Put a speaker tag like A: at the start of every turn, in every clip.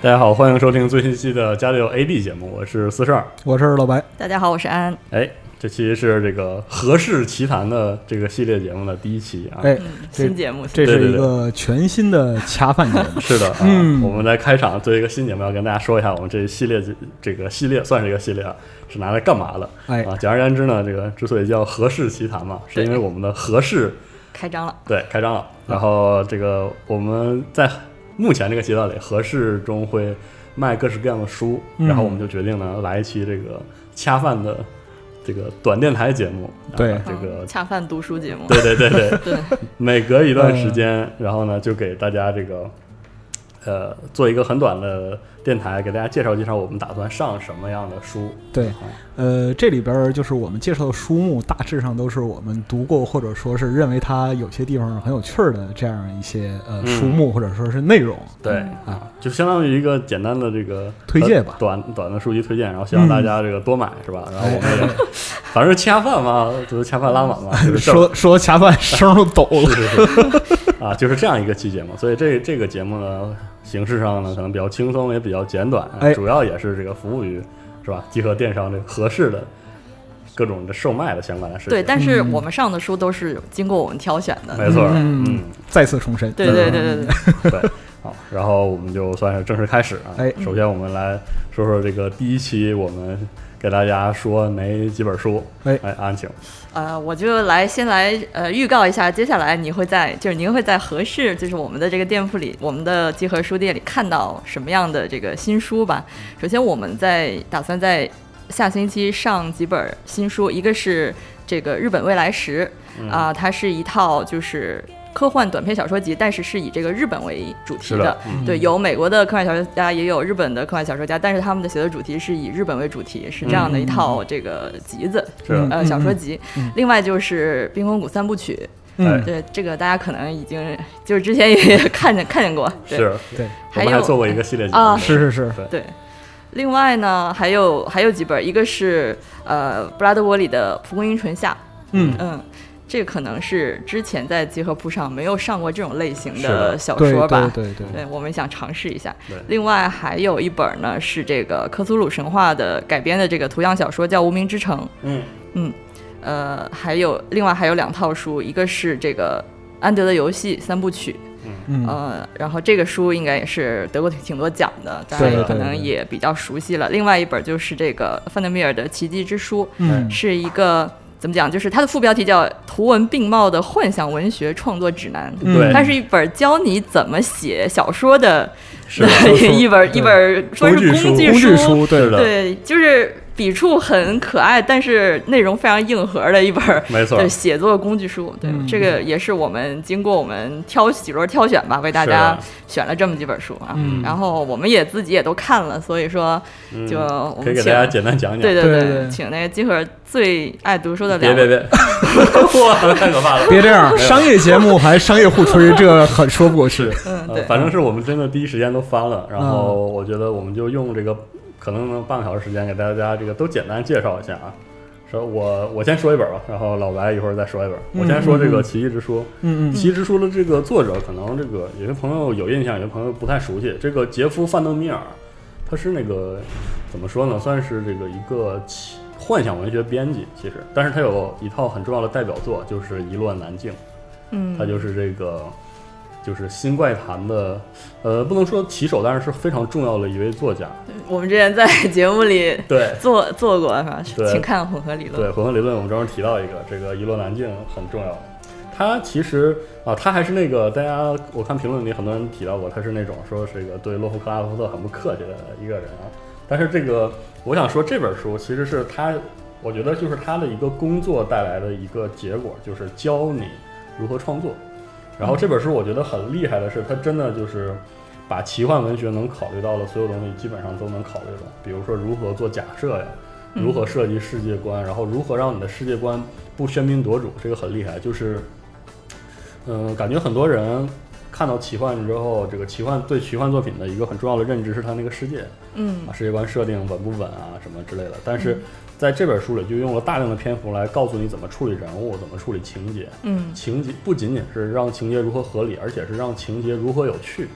A: 大家好，欢迎收听最新一期的《家里有 AB》节目，我是四十二。
B: 我是老白，
C: 大家好，我是安安。
A: 哎，这期是这个《何氏奇谈》的这个系列节目的第一期啊。
B: 哎，
C: 嗯，
B: 这
C: 新节目，
B: 这
A: 对对
B: 是一
A: 对。
B: 个全新的恰饭节目
A: 是的，啊、
B: 嗯
A: 我们在开场做一个新节目，要跟大家说一下我们这一系列这个系列算是一个系列啊，是拿来干嘛的
B: 哎，
A: 啊？简而言之呢，这个之所以叫《何氏奇谈》嘛，是因为我们的何氏
C: 开张了，
A: 对开张了，然后这个我们在目前这个阶段里，何氏中会卖各式各样的书，
B: 嗯
A: 然后我们就决定呢来一期这个恰饭的这个短电台节目，啊
B: 对
A: 这个
C: 嗯恰饭读书节目，
A: 对对对对，
C: 对，
A: 每隔一段时间，然后呢，就给大家这个，呃，做一个很短的电台，给大家介绍介绍我们打算上什么样的书。啊
B: 对，呃，这里边儿就是我们介绍的书目，大致上都是我们读过或者说是认为它有些地方很有趣儿的这样一些呃
A: 嗯
B: 书目或者说是内容。
A: 对
C: 嗯
B: 啊，
A: 就相当于一个简单的这个
B: 推荐吧哎
A: 呃短短的书籍推荐，然后希望大家这个多买、是吧？然后我们也，反正恰饭嘛，就是恰饭拉满嘛， 就是这么
B: 说说恰饭声都抖了。
A: 是是是啊，就是这样一个期节目，所以这这个节目呢，形式上呢可能比较轻松，也比较简短，
B: 哎
A: 主要也是这个服务于是吧，集合电商这个合适的各种的售卖的相关的事情。
C: 对，但是我们上的书都是经过我们挑选的，
A: 没错，
B: 嗯
A: 嗯，
B: 再次重申，
C: 对对对对 对，
A: 对，好，然后我们就算是正式开始啊。
B: 哎
A: 首先我们来说说这个第一期，我们给大家说哪几本书？
B: 哎
A: 哎，安请。
C: 呃，我就来先来呃预告一下，接下来你会在就是您会在合适就是我们的这个店铺里，我们的集合书店里看到什么样的这个新书吧。
A: 嗯
C: 首先，我们在打算在下星期上几本新书，一个是这个《日本未来史》
A: 嗯
C: 啊、它是一套就是科幻短篇小说集，但是是以这个日本为主题
A: 是的嗯
C: 对，有美国的科幻小说家，也有日本的科幻小说家，但是他们的写作主题是以日本为主题，是这样的
A: 嗯
C: 一套这个集子，
A: 是
B: 嗯
A: 的
C: 呃小说集。另外就是《冰风谷三部曲》
B: 嗯，
C: 对，这个大家可能已经就是之前也 看见看见过，对
A: 是，
B: 对，
A: 我
C: 还
A: 们还
C: 有
A: 做过一个系列节
C: 啊
A: 目，
B: 是是是，
C: 对。另外呢，还有还有几本，一个是呃布拉德伯里的《蒲公英唇下》，
B: 嗯，
C: 嗯，这可能是之前在集合铺上没有上过这种类型
A: 是的
C: 的小
B: 对
C: 说吧？
B: 对对对，
C: 对，我们想尝试一下
A: 对。
C: 另外还有一本呢，是这个克苏鲁神话的改编的这个图像小说，叫《无名之城》。
A: 嗯，
C: 嗯，呃，还有另外还有两套书，一个是这个安德的游戏三部曲，
B: 嗯，
C: 呃，然后这个书应该也是得过挺多奖的，大家
B: 是的
C: 可
B: 对
C: 能
B: 对
C: 也比较熟悉了。另外一本就是这个范德米尔的《奇迹之书》，
B: 嗯
C: 是一个。怎么讲？就是它的副标题叫《图文并茂的幻想文学创作指南》，
B: 嗯
A: 对
C: 它是一本教你怎么写小说的
A: 是的
C: 一本一本说是
A: 工
C: 工
A: 具
C: 具
B: 工具书，对
A: 是的
C: 对，就是笔触很可爱，但是内容非常硬核的一本儿
A: 没错
C: 对，写作工具书。对，
B: 嗯
C: 这个也是我们经过我们挑几轮挑选吧，为大
A: 是
C: 家
A: 的
C: 选了这么几本书啊。
B: 嗯
C: 然后我们也自己也都看了，所以说
A: 嗯
C: 就我
A: 可以
C: 们
A: 给
C: 请
A: 大家简单讲讲。
C: 对对
B: 对对
C: 请那个集合最爱读书的
A: 别
C: 两
A: 别
C: 位
A: 别， 哇，太可怕了。
B: 别这 样，商业节目还商业互吹，这很说不过去。
C: 嗯
A: 呃
C: 对，
A: 反正是我们真的第一时间都翻了，
B: 嗯
A: 然后我觉得我们就用这个可能能半个小时时间给大家这个都简单介绍一下啊。说我我先说一本吧，然后老白一会儿再说一本。我先说这个《奇异之书》，
B: 嗯
A: 《奇异之书》的这个作者可能这个有些朋友有印象，有些朋友不太熟悉。这个杰夫·范德米尔，他是那个怎么说呢，算是这个一个奇幻想文学编辑，其实，但是他有一套很重要的代表作，就是《一落难境》。
C: 嗯
A: 它就是这个，就是新怪谈的，呃，不能说旗手，但是是非常重要的一位作家。
C: 嗯我们之前在节目里
A: 对
C: 做做过是吧？
A: 对
C: 请看混合理论。
A: 对，混合理论我们专门提到一个，这个遗落难境很重要。他其实啊，他还是那个大家，我看评论里很多人提到过，他是那种说这个对洛夫克拉夫特很不客气的一个人啊。但是这个，我想说这本书其实是他，我觉得就是他的一个工作带来的一个结果，就是教你如何创作。然后这本书我觉得很厉害的是，它真的就是把奇幻文学能考虑到的所有东西基本上都能考虑到，比如说如何做假设呀，如
C: 嗯
A: 何设计世界观，然后如何让你的世界观不喧宾夺主，这个很厉害。就是，嗯、感觉很多人看到奇幻之后，这个奇幻对奇幻作品的一个很重要的认知是它那个世界，
C: 嗯
A: 啊，世界观设定稳不稳啊，什么之类的。但是在这本书里就用了大量的篇幅来告诉你怎么处理人物，怎么处理情节，
C: 嗯
A: 情节不仅仅是让情节如何合理，而且是让情节如何有趣。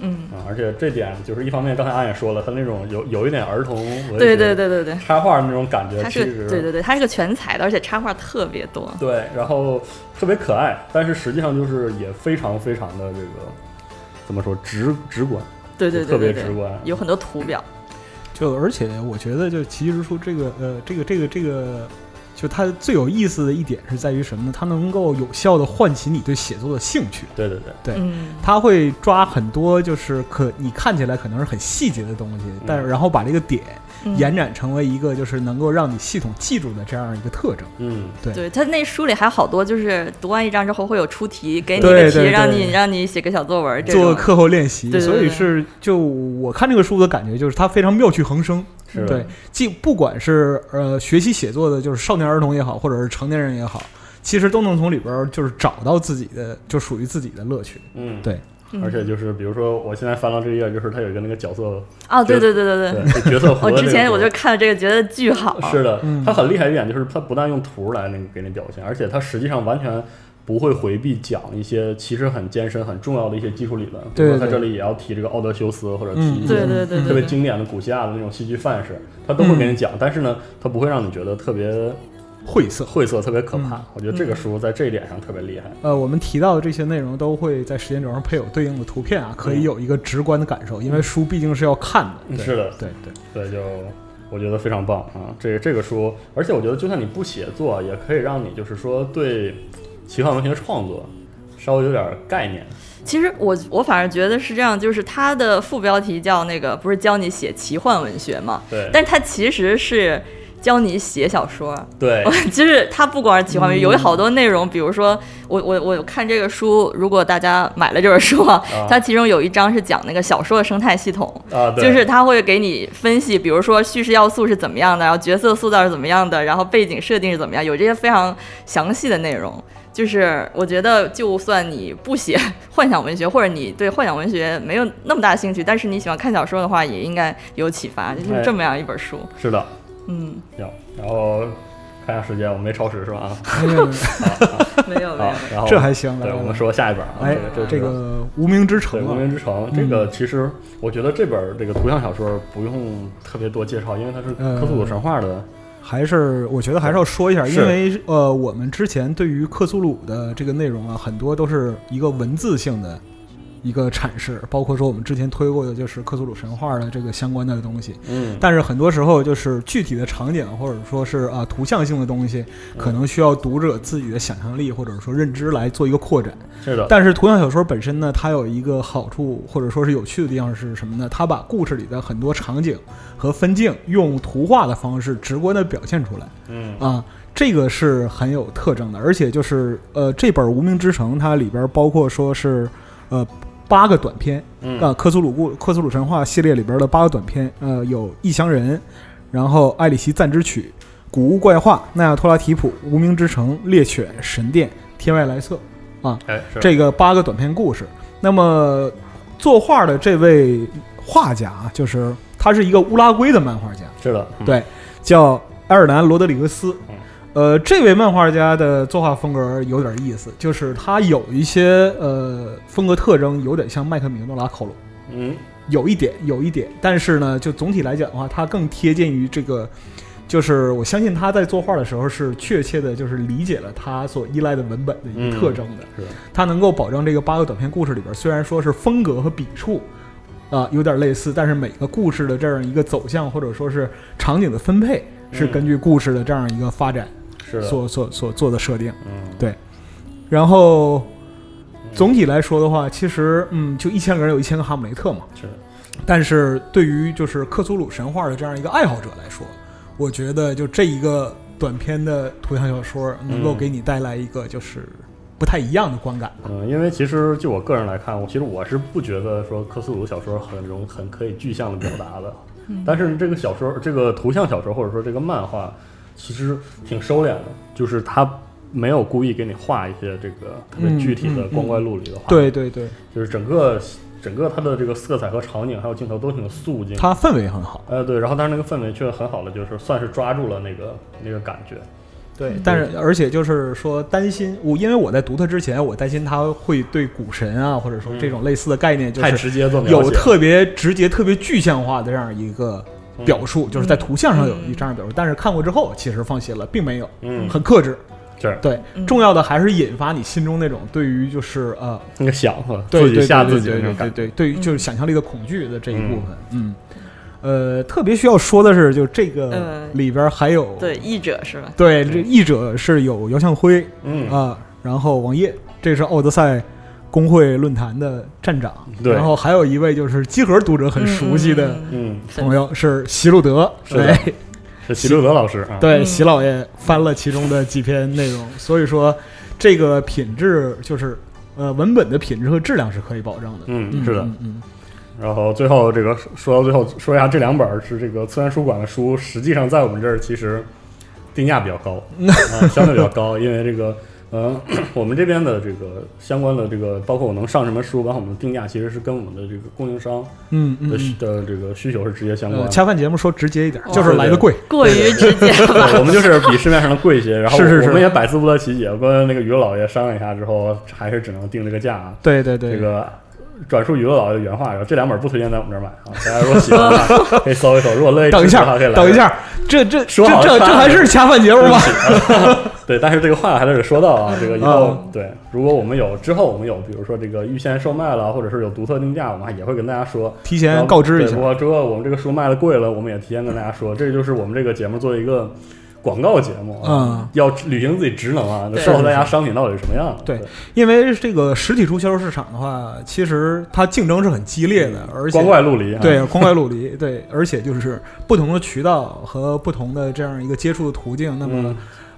C: 嗯，
A: 啊、而且这点就是一方面，刚才安也说了，他那种有有一点儿童文
C: 对
A: 学
C: 对对对对，
A: 插画那种感觉，
C: 他
A: 呃其实
C: 是对对对，他是个全才的，而且插画特别多。
A: 对，然后特别可爱，但是实际上就是也非常非常的这个怎么说直直观，
C: 对对
A: 就特
C: 对对
A: 别
C: 对
A: 直观，
C: 有很多图表，
B: 就而且我觉得，就《奇迹之书》这个呃，这个这个这个，就它最有意思的一点是在于什么呢？它能够有效的唤起你对写作的兴趣。
A: 对对对，
B: 对
C: 嗯，
B: 它会抓很多就是可你看起来可能是很细节的东西，但是然后把这个点
C: 嗯
B: 延展成为一个就是能够让你系统记住的这样一个特征。
A: 嗯，
C: 对他那书里还有好多，就是读完一章之后会有出题，给你
B: 对
C: 个题，
B: 对对
C: 让你让你写个小作文，这种
B: 做课后练习，
C: 对对
B: 所以
C: 对
B: 是就我看这个书的感觉就是它非常妙趣横生。
A: 是的
B: 对，既不管是呃学习写作的，就是少年儿童也好，或者是成年人也好，其实都能从里边儿就是找到自己的，就属于自己的乐趣。
A: 嗯
B: 对，
C: 嗯
A: 而且就是比如说我现在翻到这一页，就是它有一个那个角色，
C: 哦，对
A: 觉
C: 对对对
A: 对，这角色
C: 我
A: 活的
C: 之前
A: 这个
C: 我就看了这个，觉得巨好，
A: 是的
B: 嗯，
A: 它很厉害一点就是它不但用图来那个给你表现，而且它实际上完全。不会回避讲一些其实很艰深、很重要的一些基础理论，比如
B: 对对
A: 说它
B: 对
A: 这里也要提这个奥德修斯，或者提
B: 嗯
A: 一些
C: 对对对
A: 特
C: 对
A: 别
C: 对，
A: 经典的古希腊的那种戏剧范式，他都会给你讲，但是呢，他不会让你觉得特别
B: 晦涩。
A: 晦涩、特别可怕。
B: 嗯
A: 我觉得这个书在这一点上特别厉害。
B: 呃，我们提到的这些内容都会在时间轴上配有对应的图片啊，可以
A: 嗯
B: 有一个直观的感受，因为书毕竟是要看的。对
A: 是的，
B: 对对，
A: 对，就我觉得非常棒啊！这这个书，而且我觉得就算你不写作，也可以让你就是说对奇幻文学创作稍微有点概念。
C: 其实我我反而觉得是这样，就是它的副标题叫那个不是教你写奇幻文学嘛，
A: 对，
C: 但是它其实是教你写小说，
A: 对，
C: 就是它不光是奇幻文学，有好多内容，比如说我我我看这个书，如果大家买了这本书啊
A: 啊，
C: 它其中有一章是讲那个小说的生态系统。
A: 啊，对，
C: 就是它会给你分析，比如说叙事要素是怎么样的，然后角色塑造是怎么样的，然后背景设定是怎么样，有这些非常详细的内容。就是我觉得，就算你不写幻想文学，或者你对幻想文学没有那么大兴趣，但是你喜欢看小说的话，也应该有启发，就是这么样一本书。
A: 是的，
C: 嗯，
A: 行，然后。看一下时间，我们没超时是吧？啊，
B: 哎呀
C: 没有没
A: 好
C: 有，，
A: 然后
B: 这还行。来
A: 对，
B: 来
A: 我
B: 来
A: 们说下一本啊，
B: 哎
A: 这，
B: 这
A: 是
B: 个无名之
A: 对，
B: 城
A: 《无
B: 啊，
A: 名之城》这个其实我觉得这本儿这个图像小说不用特别多介绍，因为它是
B: 嗯
A: 科苏鲁神话的。
B: 还是我觉得还是要说一下，
A: 是
B: 因为呃，我们之前对于克苏鲁的这个内容啊，很多都是一个文字性的一个阐释，包括说我们之前推过的就是克苏鲁神话的这个相关的东西。
A: 嗯，
B: 但是很多时候就是具体的场景或者说是啊图像性的东西，可能需要读者自己的想象力或者说认知来做一个扩展。
A: 是的，
B: 但是图像小说本身呢，它有一个好处或者说是有趣的地方是什么呢？它把故事里的很多场景和分镜用图画的方式直观的表现出来
A: 嗯
B: 啊，这个是很有特征的。而且就是呃，这本《无名之城》它里边包括说是呃八个短片，
A: 嗯
B: 啊，克苏鲁故克苏鲁神话系列里边的八个短片，呃，有《异乡人》，然后《爱丽西赞之曲》、《古屋怪话》、《纳亚托拉提普》、《无名之城》、《猎犬》、《神殿》、《天外来客》
A: 哎，是
B: 这个八个短篇故事。那么，作画的这位画家啊，就是他是一个乌拉圭的漫画家，
A: 是的，嗯
B: 对叫埃尔南·罗德里格斯
A: 嗯。
B: 呃，这位漫画家的作画风格有点意思，就是他有一些呃风格特征，有点像麦克米诺拉·考隆。
A: 嗯，
B: 有一点，有一点，但是呢，就总体来讲的话，它更贴近于这个，就是我相信他在作画的时候是确切的，就是理解了他所依赖的文本的一个特征的。
A: 嗯是的
B: 它能够保证这个八个短篇故事里边，虽然说是风格和笔触啊、有点类似，但是每个故事的这样一个走向或者说是场景的分配，是
A: 嗯
B: 根据故事的这样一个发展
A: 是的，
B: 所所所做的设定。
A: 嗯，
B: 然后总体来说的话，其实嗯，就一千个人有一千个哈姆雷特嘛。
A: 是的，
B: 但是对于就是克苏鲁神话的这样一个爱好者来说，我觉得就这一个短篇的图像小说能够给你带来一个就是不太一样的观感。
A: 嗯，因为其实就我个人来看，我其实我是不觉得说科苏鲁小说很容很可以具象的表达的，但是这个小说这个图像小说或者说这个漫画其实挺收敛的，就是它没有故意给你画一些这个特别
B: 嗯
A: 具体的
B: 嗯
A: 光怪
B: 嗯
A: 陆离的画面，
B: 对对对，
A: 就是整个整个它的这个色彩和场景还有镜头都挺素净。
B: 它氛围很好。
A: 呃，对，然后但是那个氛围却很好的，就是算是抓住了那个那个感觉，
B: 对，但是而且就是说担心我，因为我在读它之前，我担心它会对股神啊，或者说这种类似的概念，就
A: 太
B: 是
A: 直接做描
B: 有
A: 写
B: 特别直接、特别具象化的这样一个
A: 嗯
B: 表述，就是在图像上
C: 嗯
B: 有一这样的表述。但是看过之后，其实放心了，并没有，
A: 嗯
B: 很克制。
A: 是
B: 对，
C: 嗯
B: 重要的还是引发你心中那种对于就是呃，
A: 那个想法，
B: 对
A: 自己
B: 对
A: 吓
B: 对
A: 自己的
B: 对
A: 那
B: 对
A: 种
B: 对
A: 感觉。
B: 对，对于就是
C: 嗯
B: 想象力的恐惧的这一部分，嗯，呃，特别需要说的是，就这个
C: 嗯
B: 里边还有
C: 对，译者是吧？
B: 对，这译者是有姚向辉
A: 嗯
B: 啊，然后王烨，这是奥德赛工会论坛的站长，
A: 对
B: 然后还有一位就是集合读者很熟悉的
C: 嗯嗯嗯
A: 嗯，
C: 粉
B: 朋友是席路德，
A: 是的
B: 哎
A: 是齐鲁德老师啊，
B: 对，
C: 嗯
B: 席老爷翻了其中的几篇内容，所以说这个品质就是呃文本的品质和质量是可以保证的。
A: 嗯，是的。
B: 嗯嗯
A: 然后最后这个说到最后说一下，这两本是这个次元书馆的书，实际上在我们这儿其实定价比较 高，啊，相对比较高，因为这个。呃， 我们这边的这个相关的这个，包括我能上什么书，包括我们的定价，其实是跟我们的这个供应商
B: 嗯嗯
A: 的
B: 嗯
A: 需、的这个需求是直接相关
B: 呃
A: 的。
B: 恰饭节目说直接一点，
C: 哦
B: 就是来的贵。
C: 过于直接吧？
A: 对我们就是比市面上的贵一些，然后
B: 是是是
A: 我们也百思不得其解，跟那个于老爷商量一下之后，还是只能定这个价啊。
B: 对对对，
A: 这个转述于老爷的原话，然后这两本不推荐在我们这儿买啊， 大家如果喜欢的话可以搜一搜，如果乐意
B: 等一
A: 支持的话
B: 下
A: 可以，来
B: 等一。下，这这这
A: 说好了
B: 这
A: 仨
B: 这还是恰饭节目吗？
A: 对， 但是这个话还得说到啊，这个以后
B: 嗯
A: 对，如果我们有之后我们有，比如说这个预先售卖了，或者是有独特定价，我们还也会跟大家说，
B: 提前告知一
A: 对
B: 下
A: 如。果之后我们这个书卖的贵了，我们也提前跟大家说，这就是我们这个节目做一个广告节目
B: 嗯
A: 啊，要履行自己职能啊，就
C: 对
A: 告诉大家商品到底是什么样的。
B: 对因为这个实体出销市场的话，其实它竞争是很激烈的，而且
A: 嗯光怪陆离啊。
B: 对，光怪陆离，对，而且就是不同的渠道和不同的这样一个接触的途径，那么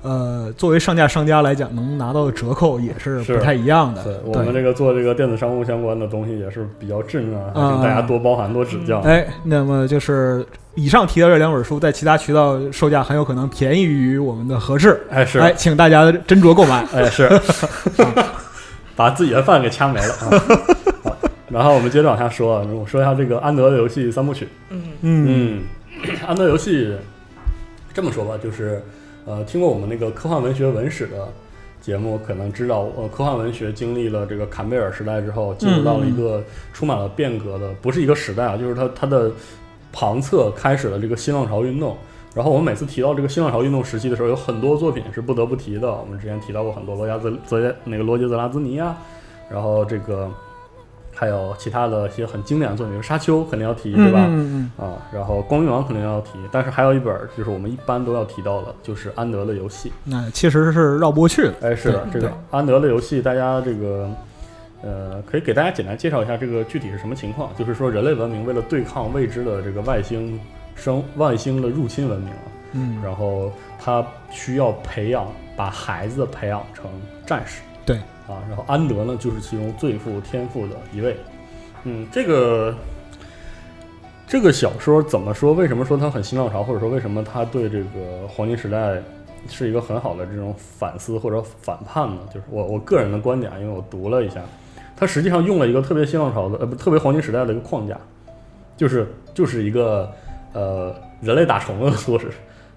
A: 嗯，、
B: 呃，作为上架商家来讲，能拿到的折扣也是
A: 是
B: 不太一样的。
A: 对
B: 对，
A: 我们这个做这个电子商务相关的东西也是比较稚嫩啊，还
B: 嗯
A: 请大家多包涵、多指教。
B: 哎，那么就是以上提到这两本书，在其他渠道售价很有可能便宜于我们的合适，
A: 哎，是，
B: 哎，请大家斟酌购买。
A: 哎是， 把自己的饭给掐没了啊。好然后我们接着往下说，啊，我说一下这个安德的游戏三部曲。
C: 嗯
B: 嗯，
A: 嗯，安德游戏这么说吧，就是呃，听过我们那个科幻文学文史的节目，可能知道，呃，科幻文学经历了这个坎贝尔时代之后，进入
B: 嗯
A: 到了一个充满了变革的，不是一个时代啊，就是它它的旁侧开始了这个新浪潮运动。然后我们每次提到这个新浪潮运动时期的时候，有很多作品是不得不提的。我们之前提到过很多罗加泽泽那个罗杰泽拉兹尼啊，然后这个还有其他的一些很经典的作品，比如《沙丘》肯定要提，对吧？
B: 嗯嗯
A: 啊，然后《光明王》肯定要提，但是还有一本儿就是我们一般都要提到的，就是安德的游戏。
B: 那其实是绕不过去的。
A: 哎，是的，这
B: 对
A: 个
B: 对
A: 安德的游戏，大家这个呃，可以给大家简单介绍一下这个具体是什么情况，就是说人类文明为了对抗未知的这个外星生外星的入侵文明啊，
B: 嗯，
A: 然后他需要培养把孩子培养成战士。
B: 对
A: 啊，然后安德呢就是其中最富天赋的一位。嗯，这个这个小说怎么说？为什么说它很新浪潮，或者说为什么它对这个黄金时代是一个很好的这种反思或者反叛呢？就是我我个人的观点，啊因为我读了一下，它实际上用了一个特别新浪潮的呃不特别黄金时代的一个框架，就是就是一个呃人类打虫的故事。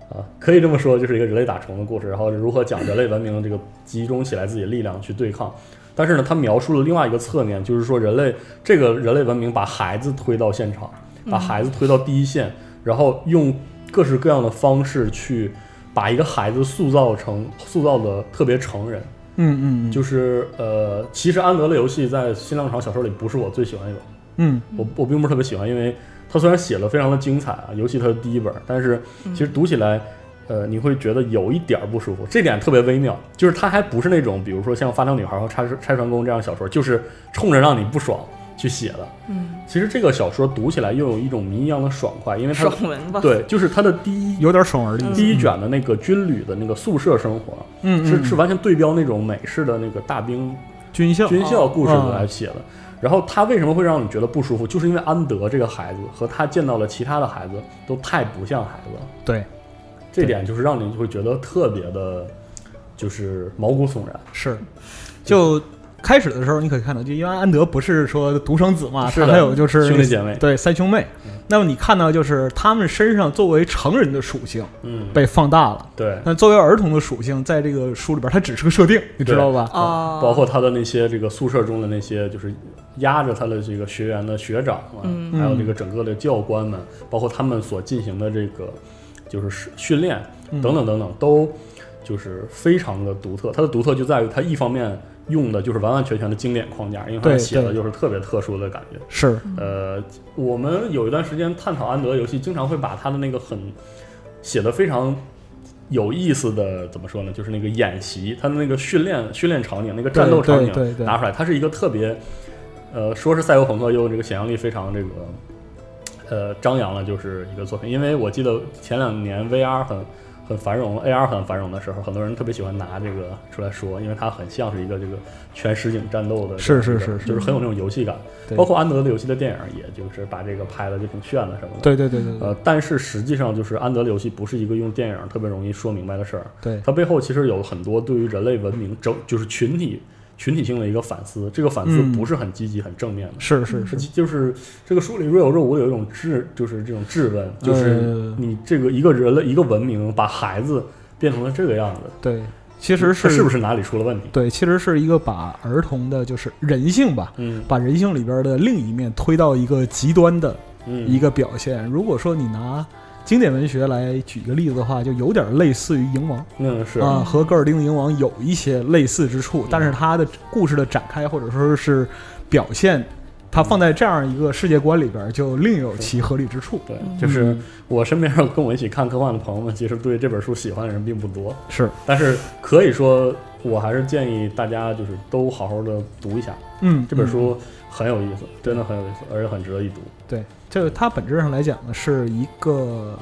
A: 啊，可以这么说，就是一个人类打虫的故事，然后如何讲人类文明这个集中起来自己的力量去对抗。但是呢，他描述了另外一个侧面，就是说人类这个人类文明把孩子推到现场，把孩子推到第一线，然后用各式各样的方式去把一个孩子塑造成塑造的特别成人。
B: 嗯嗯嗯，
A: 就是呃，其实安德的游戏在新浪潮小说里不是我最喜欢的一本，
B: 嗯
A: 我我并不是特别喜欢，因为它虽然写的非常的精彩啊，尤其它的第一本，但是其实读起来，呃，你会觉得有一点儿不舒服，这点特别微妙，就是它还不是那种，比如说像《发条女孩》和《拆拆船工》这样的小说，就是冲着让你不爽去写的。
C: 嗯，
A: 其实这个小说读起来又有一种谜一样的爽快，因为它
C: 爽文吧？
A: 对，就是它的第一
B: 有点爽文的意思。
A: 第一卷的那个军旅的那个宿舍生活，
B: 嗯，
A: 是
B: 嗯
A: 是完全对标那种美式的那个大兵
B: 军 校
A: 军校故事
B: 哦
A: 来写的。然后他为什么会让你觉得不舒服？就是因为安德这个孩子和他见到了其他的孩子都太不像孩子了，
B: 对
A: 这点就是让你会觉得特别的，就是毛骨悚然。
B: 是，就开始的时候，你可以看到，就因为安德不是说独生子嘛，
A: 是的
B: 他还有就是
A: 兄弟姐妹
B: 对三兄妹
A: 嗯。
B: 那么你看到就是他们身上作为成人的属性
A: 嗯，
B: 被放大了，
A: 对，
B: 但作为儿童的属性在这个书里边它只是个设定，你知道吧？
C: 哦，
A: 包括他的那些这个宿舍中的那些就是压着他的这个学员的学长啊，
C: 嗯
A: 还有这个整个的教官们，包括他们所进行的这个就是训练
B: 嗯
A: 等等等等，都就是非常的独特。它的独特就在于它一方面用的就是完完全全的经典框架，因为它
B: 对
A: 写的
B: 对
A: 就是特别特殊的感觉。
B: 是，
A: 呃，我们有一段时间探讨安德游戏，经常会把他的那个很写的非常有意思的，怎么说呢？就是那个演习，他的那个训练训练场景，那个战斗场景
B: 对对对对
A: 拿出来，它是一个特别，呃，说是赛博朋克，又这个想象力非常这个。呃，张扬了就是一个作品，因为我记得前两年 VR 很很繁荣，AR 很繁荣的时候，很多人特别喜欢拿这个出来说，因为它很像是一个这个全实景战斗的这
B: 是
A: 样
B: 是
A: 一个，
B: 是是
A: 就是很有那种游戏感。
B: 对
A: 包括安德的游戏的电影，也就是把这个拍的就挺炫的什么的。
B: 对对对对对
A: 呃，但是实际上就是安德的游戏不是一个用电影特别容易说明白的事儿，
B: 对，
A: 它背后其实有很多对于人类文明整就是群体群体性的一个反思，这个反思
B: 嗯
A: 不是很积极、很正面的。
B: 是是是，
A: 是就是这个书里若有若无的有一种质，就是这种质问，就是
B: 呃
A: 你这个一个人类一个文明把孩子变成了这个样子，
B: 对，其实
A: 是
B: 是
A: 是不
B: 是？
A: 是哪里出了问题？
B: 对，其实是一个把儿童的就是人性吧，
A: 嗯
B: 把人性里边的另一面推到一个极端的
A: 嗯，
B: 一个表现。如果说你拿经典文学来举一个例子的话，就有点类似于《蝇王
A: 嗯是》
B: 啊，和《戈尔丁的蝇王》有一些类似之处，但是它的故事的展开或者说是表现，它放在这样一个世界观里边，就另有其合理之处。
A: 对，
C: 嗯
A: 就是我身边跟我一起看科幻的朋友们，其 实对这本书喜欢的人并不多，
B: 是，
A: 但是可以说，我还是建议大家就是都好好的读一下
B: 嗯，
A: 这本
B: 嗯
A: 书，很有意思，真的很有意思，而且很值得一读。
B: 对，就是它本质上来讲呢，是一个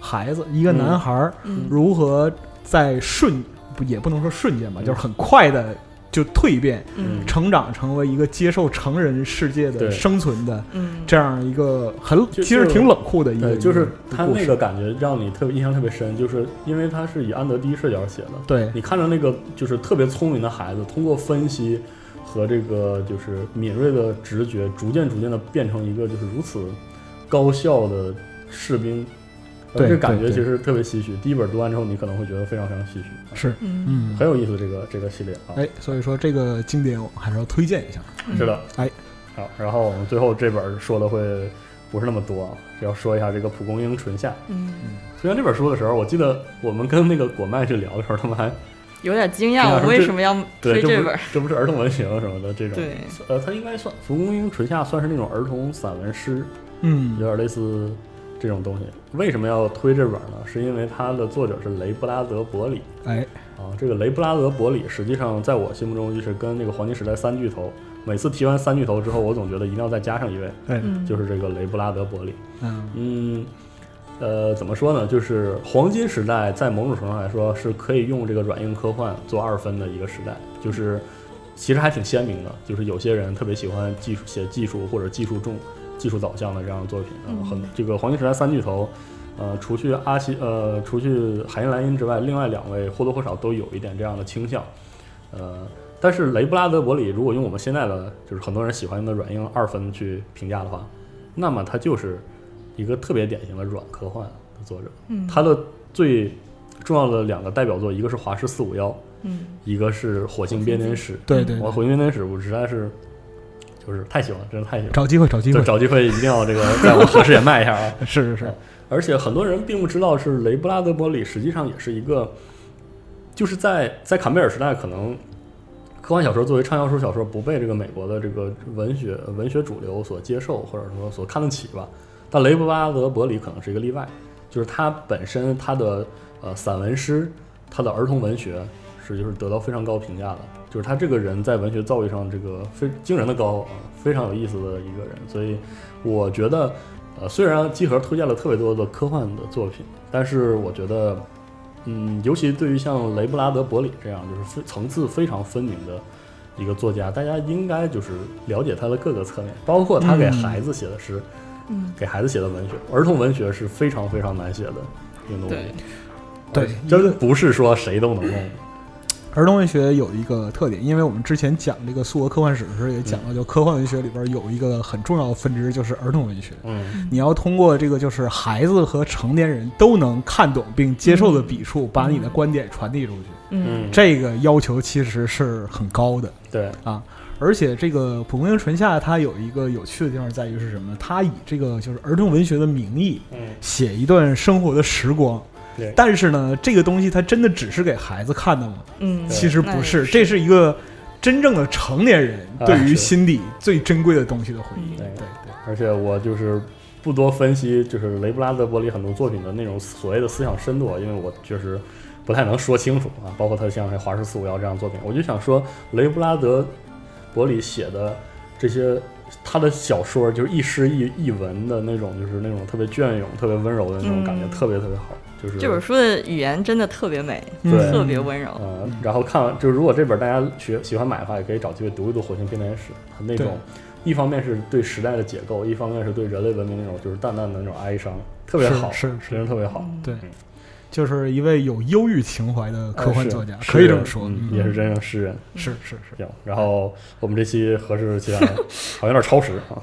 B: 孩子，一个男孩儿
C: 嗯
B: 如何在瞬，不也不能说瞬间吧，
A: 嗯
B: 就是很快的就蜕变。
C: 嗯
B: 成长成为一个接受成人世界的
A: 对
B: 生存的
C: 嗯，
B: 这样一个很
A: 就
B: 其实挺冷酷的一个，
A: 对，呃就是
B: 一
A: 他
B: 嗯故事
A: 那个感觉让你特别印象特别深，就是因为他是以安德第一视角写的，
B: 对
A: 你看着那个就是特别聪明的孩子，通过分析和这个就是敏锐的直觉，逐渐逐渐的变成一个就是如此高效的士兵，呃
B: 对
A: 这感觉
B: 对对
A: 其实特别唏嘘。第一本读完之后，你可能会觉得非常非常唏嘘，
B: 是
C: 嗯
B: 嗯
A: 很有意思这个这个系列啊，
B: 哎，所以说这个经典我还是要推荐一下。
C: 嗯
A: 是的，
B: 哎，
A: 好，然后我们最后这本说的会不是那么多啊，要说一下这个蒲公英唇下。
C: 嗯，
A: 推荐这本书的时候，我记得我们跟那个果麦去聊的时候，他们还
C: 有点惊
A: 这
C: 讶，
A: 样
C: 我为什么要
A: 对
C: 推这
A: 不
C: 本
A: 是
C: 儿？
A: 这不是儿童文学什么的这种，
C: 对，
A: 呃，它应该算蒲公英唇下算是那种儿童散文诗，有
B: 嗯，
A: 点类似这种东西。为什么要推这本呢？是因为它的作者是雷布拉德·伯里
B: 哎，
A: 啊。这个雷布拉德·伯里实际上在我心目中就是跟那个黄金时代三巨头，每次提完三巨头之后，我总觉得一定要再加上一位，
B: 哎，
C: 嗯，
A: 就是这个雷布拉德·伯里。
B: 嗯，
A: 嗯，呃，怎么说呢？就是黄金时代，在某种程度上来说，是可以用这个软硬科幻做二分的一个时代，就是其实还挺鲜明的。就是有些人特别喜欢技术写技术或者技术重、技术导向的这样的作品，
C: 嗯
A: 呃、很这个黄金时代三巨头。呃，除去阿西，呃，除去海因莱因之外，另外两位或多或少都有一点这样的倾向，呃，但是雷布拉德伯里，如果用我们现在的就是很多人喜欢的软硬二分去评价的话，那么他就是一个特别典型的软科幻的作者。
C: 嗯
A: 他的最重要的两个代表作，一个是《华氏四五幺》，
C: 嗯
A: 一个是《火星编年史》。
B: 对对，
A: 我《
B: 对
A: 火星编年史》我实在是就是太喜欢，真的太喜欢。
B: 找机会，找机
A: 就
B: 会，哎
A: 找机会一定要这个 在我合适也卖一下啊！
B: 是是是，
A: 而且很多人并不知道，是雷布拉德伯里实际上也是一个，就是在在坎贝尔时代，可能科幻小说作为畅销书小说不被这个美国的这个文学文学主流所接受，或者说所看得起吧。但雷布拉德伯里可能是一个例外，就是他本身他的呃散文诗，他的儿童文学是就是得到非常高评价的，就是他这个人在文学造诣上这个非惊人的高啊，非常有意思的一个人，所以我觉得。呃，虽然集合推荐了特别多的科幻的作品，但是我觉得，嗯，尤其对于像雷布拉德·伯里这样就是非层次非常分明的一个作家，大家应该就是了解他的各个侧面，包括他给
B: 嗯
A: 孩子写的诗，
C: 嗯，
A: 给孩子写的文学，儿童文学是非常非常难写的一个东西
B: 对
C: 对，
A: 而且真不是说谁都能弄的。
B: 儿童文学有一个特点，因为我们之前讲这个苏俄科幻史的时候也讲到，就科幻文学里边有一个很重要的分支就是儿童文学。
A: 嗯
B: 你要通过这个就是孩子和成年人都能看懂并接受的笔触，把你的观点传递出去，
C: 嗯
A: 嗯，
B: 这个要求其实是很高的
A: 对，
B: 啊。而且这个《蒲公英唇下》它有一个有趣的地方在于是什么？它以这个就是儿童文学的名义
A: 嗯
B: 写一段生活的时光，
A: 对，
B: 但是呢，这个东西它真的只是给孩子看的吗？
C: 嗯，
B: 其实不
C: 那
B: 是，这是一个真正的成年人
A: 啊
B: 对于
A: 是
B: 心底最珍贵的东西的回忆。
C: 嗯
A: 对
B: 对对。
A: 而且我就是不多分析，就是雷布拉德伯里很多作品的那种所谓的思想深度，啊，因为我确实不太能说清楚啊。包括他像《华氏四五幺》这样的作品，我就想说，雷布拉德伯里写的这些他的小说，就是一诗一一文的那种，就是那种特别隽永、特别温柔的那种感觉，
C: 嗯
A: 特别特别好。就是
C: 这本书的语言真的特别美，
B: 嗯
C: 特别温柔。
A: 嗯，然后看完，就如果这本大家学喜欢买的话，也可以找机会读一读《火星编年史》，它那种一方面是对时代的解构，一方面是对人类文明那种就是淡淡的那种哀伤，特别好，
B: 是是是
A: 真的特别好。
B: 对，就是一位有忧郁情怀的科幻作家
A: 哎，是
B: 可以这
A: 诗
B: 么
A: 人
B: 说，
A: 嗯
B: 嗯
A: 也是嗯真正诗人。
B: 是是是，
A: 行，然后我们这期合适其谈好像有点超时啊，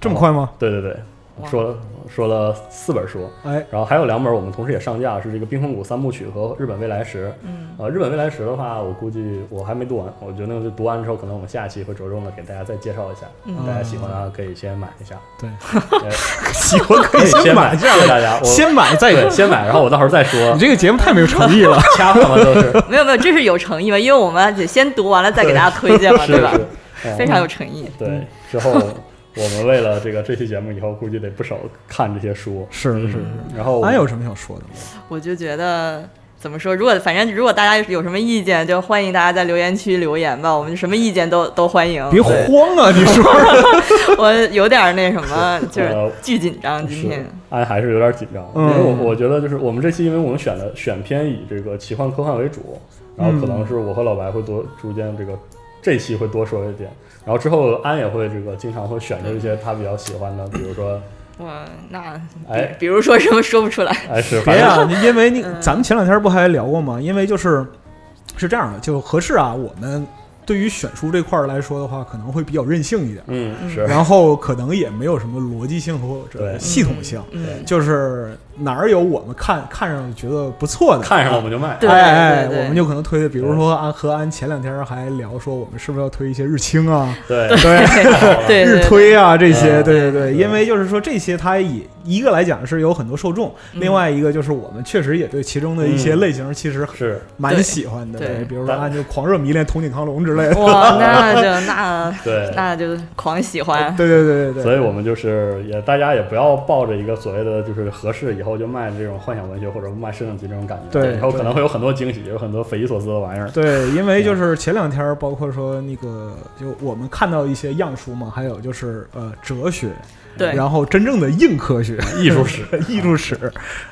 B: 这么快吗？
A: 对对对，
C: 哇
A: 说了说了四本书，
B: 哎，
A: 然后还有两本我们同时也上架，是这个《冰风谷三部曲》和《日本未来时》。
C: 嗯，
A: 呃，《日本未来时》的话，我估计我还没读完，我觉得那个读完之后，可能我们下一期会着重的给大家再介绍一下。
C: 嗯
A: 大家喜欢的话可以先买一下，
B: 对，
A: 呃
B: 喜欢
A: 可
B: 可
A: 以
B: 以
A: 哎先
B: 先
A: 买，
B: 买，
A: 谢谢大家。我
B: 先买再
A: 对
B: 有。
A: 先买，然后我到时候再说啊
B: 你。这个节目太没有诚意了，
A: 掐他们都是啊
C: 没有没有，这是有诚意吧？因为我们得先读完了再给大家推荐 嘛，
A: 是
C: 对吧？
A: 是，嗯
C: 非常有诚意。
A: 对。之后我们为了这个这期节目，以后估计得不少看这些书。嗯
B: 是是是。
A: 然后
B: 俺有什么想说的吗？
C: 我就觉得怎么说，如果反正如果大家有什么意见，就欢迎大家在留言区留言吧，我们什么意见都都欢迎。
B: 别慌啊！你 说，
C: 我有点那什么，就是
A: 呃
C: 巨紧张今
A: 是
C: 天。，
A: 哎，还是有点紧张，
B: 嗯
A: 因为我我觉得就是我们这期，因为我们选的选片以这个奇幻科幻为主，然后可
B: 嗯
A: 能是我和老白会多逐渐这个这期会多说一点，然后之后安也会这个经常会选出一些他比较喜欢的，比如说，
C: 我那
A: 哎
C: 比比如说什么说不出来，
A: 哎是，
B: 别啊
A: 反正
B: 呀，你因为你
C: 嗯
B: 咱们前两天不还聊过吗？因为就是是这样的，就合适啊。我们对于选书这块儿来说的话，可能会比较任性一点，
A: 嗯
C: 嗯
A: 是，
B: 然后可能也没有什么逻辑性或者
A: 对
B: 系统性，
C: 嗯，
B: 就是哪儿有我们看看上觉得不错的，
A: 看上了我们就卖，
C: 对
B: 哎哎，
C: 对对
B: 我们就可能推的，比如说安和安前两天还聊说，我们是不是要推一些日清啊、
A: 对
C: 对对
B: 日推啊这些，
A: 嗯
B: 对对对，
A: 对
B: 因为就是说这些，它也一个来讲是有很多受众，
C: 嗯
B: 另外一个就是我们确实也对其中的一些
A: 嗯
B: 类型其实
A: 是，
B: 蛮
C: 对
B: 喜欢的，
C: 对
B: 比如说安就狂热迷恋筒井康隆之 类的，
C: 嗯哇，那就那
A: 对。
C: 那就狂喜欢。
B: 对对对对
A: 所
B: 对，
A: 以我们就是也，大家也不要抱着一个所谓的就是合适以后就卖这种幻想文学或者卖摄影集这种感觉，
B: 对
A: 以后可
B: 对
A: 能会有很多惊喜，有很多匪夷所思的玩意 儿，
B: 对，
C: 嗯
B: 因为就是前两天，包括说那个，就我们看到一些样书嘛，还有就是呃哲学，
C: 对，
B: 然后真正的硬科 学、
A: 艺术史，
B: 艺术史，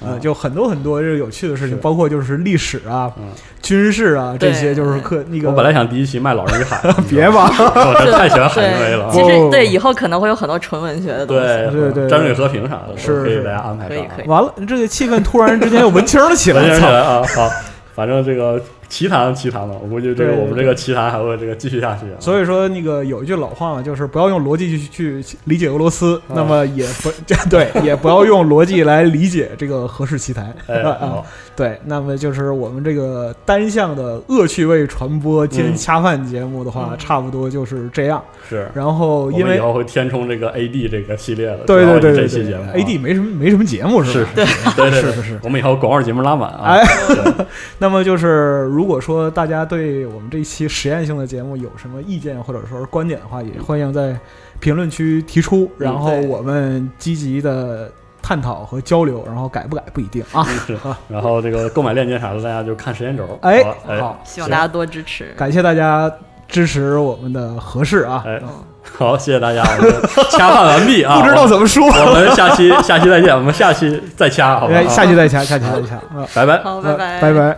B: 呃，
A: 嗯
B: 就很多很多这个有趣的事情，
A: 是
B: 包括就是历史啊
A: 嗯、
B: 军事啊这
C: 对
B: 些，就是课那个。
A: 我本来想第一期卖老人 与海，
B: 别吧，
A: 我这太喜欢海明威了啊
C: 对，其。
B: 不
C: 实对以后可能会有很多纯文学的东西。
A: 对
B: 哦对对
A: 战略和平啥的，
B: 是
A: 可以
B: 是
A: 给大家安排上啊。
C: 可以可以
B: 完了，这个气氛突然之间又文青了起
A: 文
B: 来，
A: 青起
B: 操
A: 来啊，好，反正这个奇谈奇谈嘛，我估计这个
B: 对
A: 我们这个奇谈还会这个继续下去啊。
B: 所以说，那个有一句老话嘛，就是不要用逻辑去去理解俄罗斯，
A: 嗯
B: 那么也不对，也不要用逻辑来理解这个何氏奇谈。
A: 哎，
B: 啊
A: 好，
B: 对，那么就是我们这个单向的恶趣味传播兼
A: 嗯
B: 恰饭节目的话，
C: 嗯
B: 差不多就是这样。
A: 是
B: 然后
A: 我
B: 因
A: 们以
B: 为
A: 后会填充这个 AD 这个系列的，
B: 对
A: 主要
B: 对
A: 以
B: 对对
A: 这期
B: 对
A: 节目啊
B: ，AD 没什么没什么节目是
A: 是
B: 吧？
A: 对对对
B: 是
A: 对
B: 是是
A: 我们以后广告节目拉满啊
B: 哎，
A: 对
B: 那么就是如果说大家对我们这一期实验性的节目有什么意见或者说是观点的话，也欢迎在评论区提出，然
A: 嗯
B: 后
C: 对
B: 我们积极的探讨和交流，然后改不改不一定啊。
A: 是。然后这个购买链接啥的，大家就看时间轴。
B: 哎
A: 好吧哎，
B: 好
C: 希望大家多支持。
B: 感谢大家支持我们的合适啊，
A: 哎
C: 嗯，
A: 好，谢谢大家，我们 掐饭完毕啊。
B: 不知道怎么说，
A: 我们下期下期再见，我们下期再掐，好吧？
B: 哎，下期再掐，下期再掐，啊，
A: 拜拜。
C: 好，
B: 呃
C: 拜，
B: 拜拜。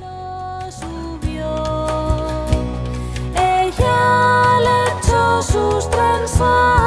D: Ala subió, ella le echó sus trenzas.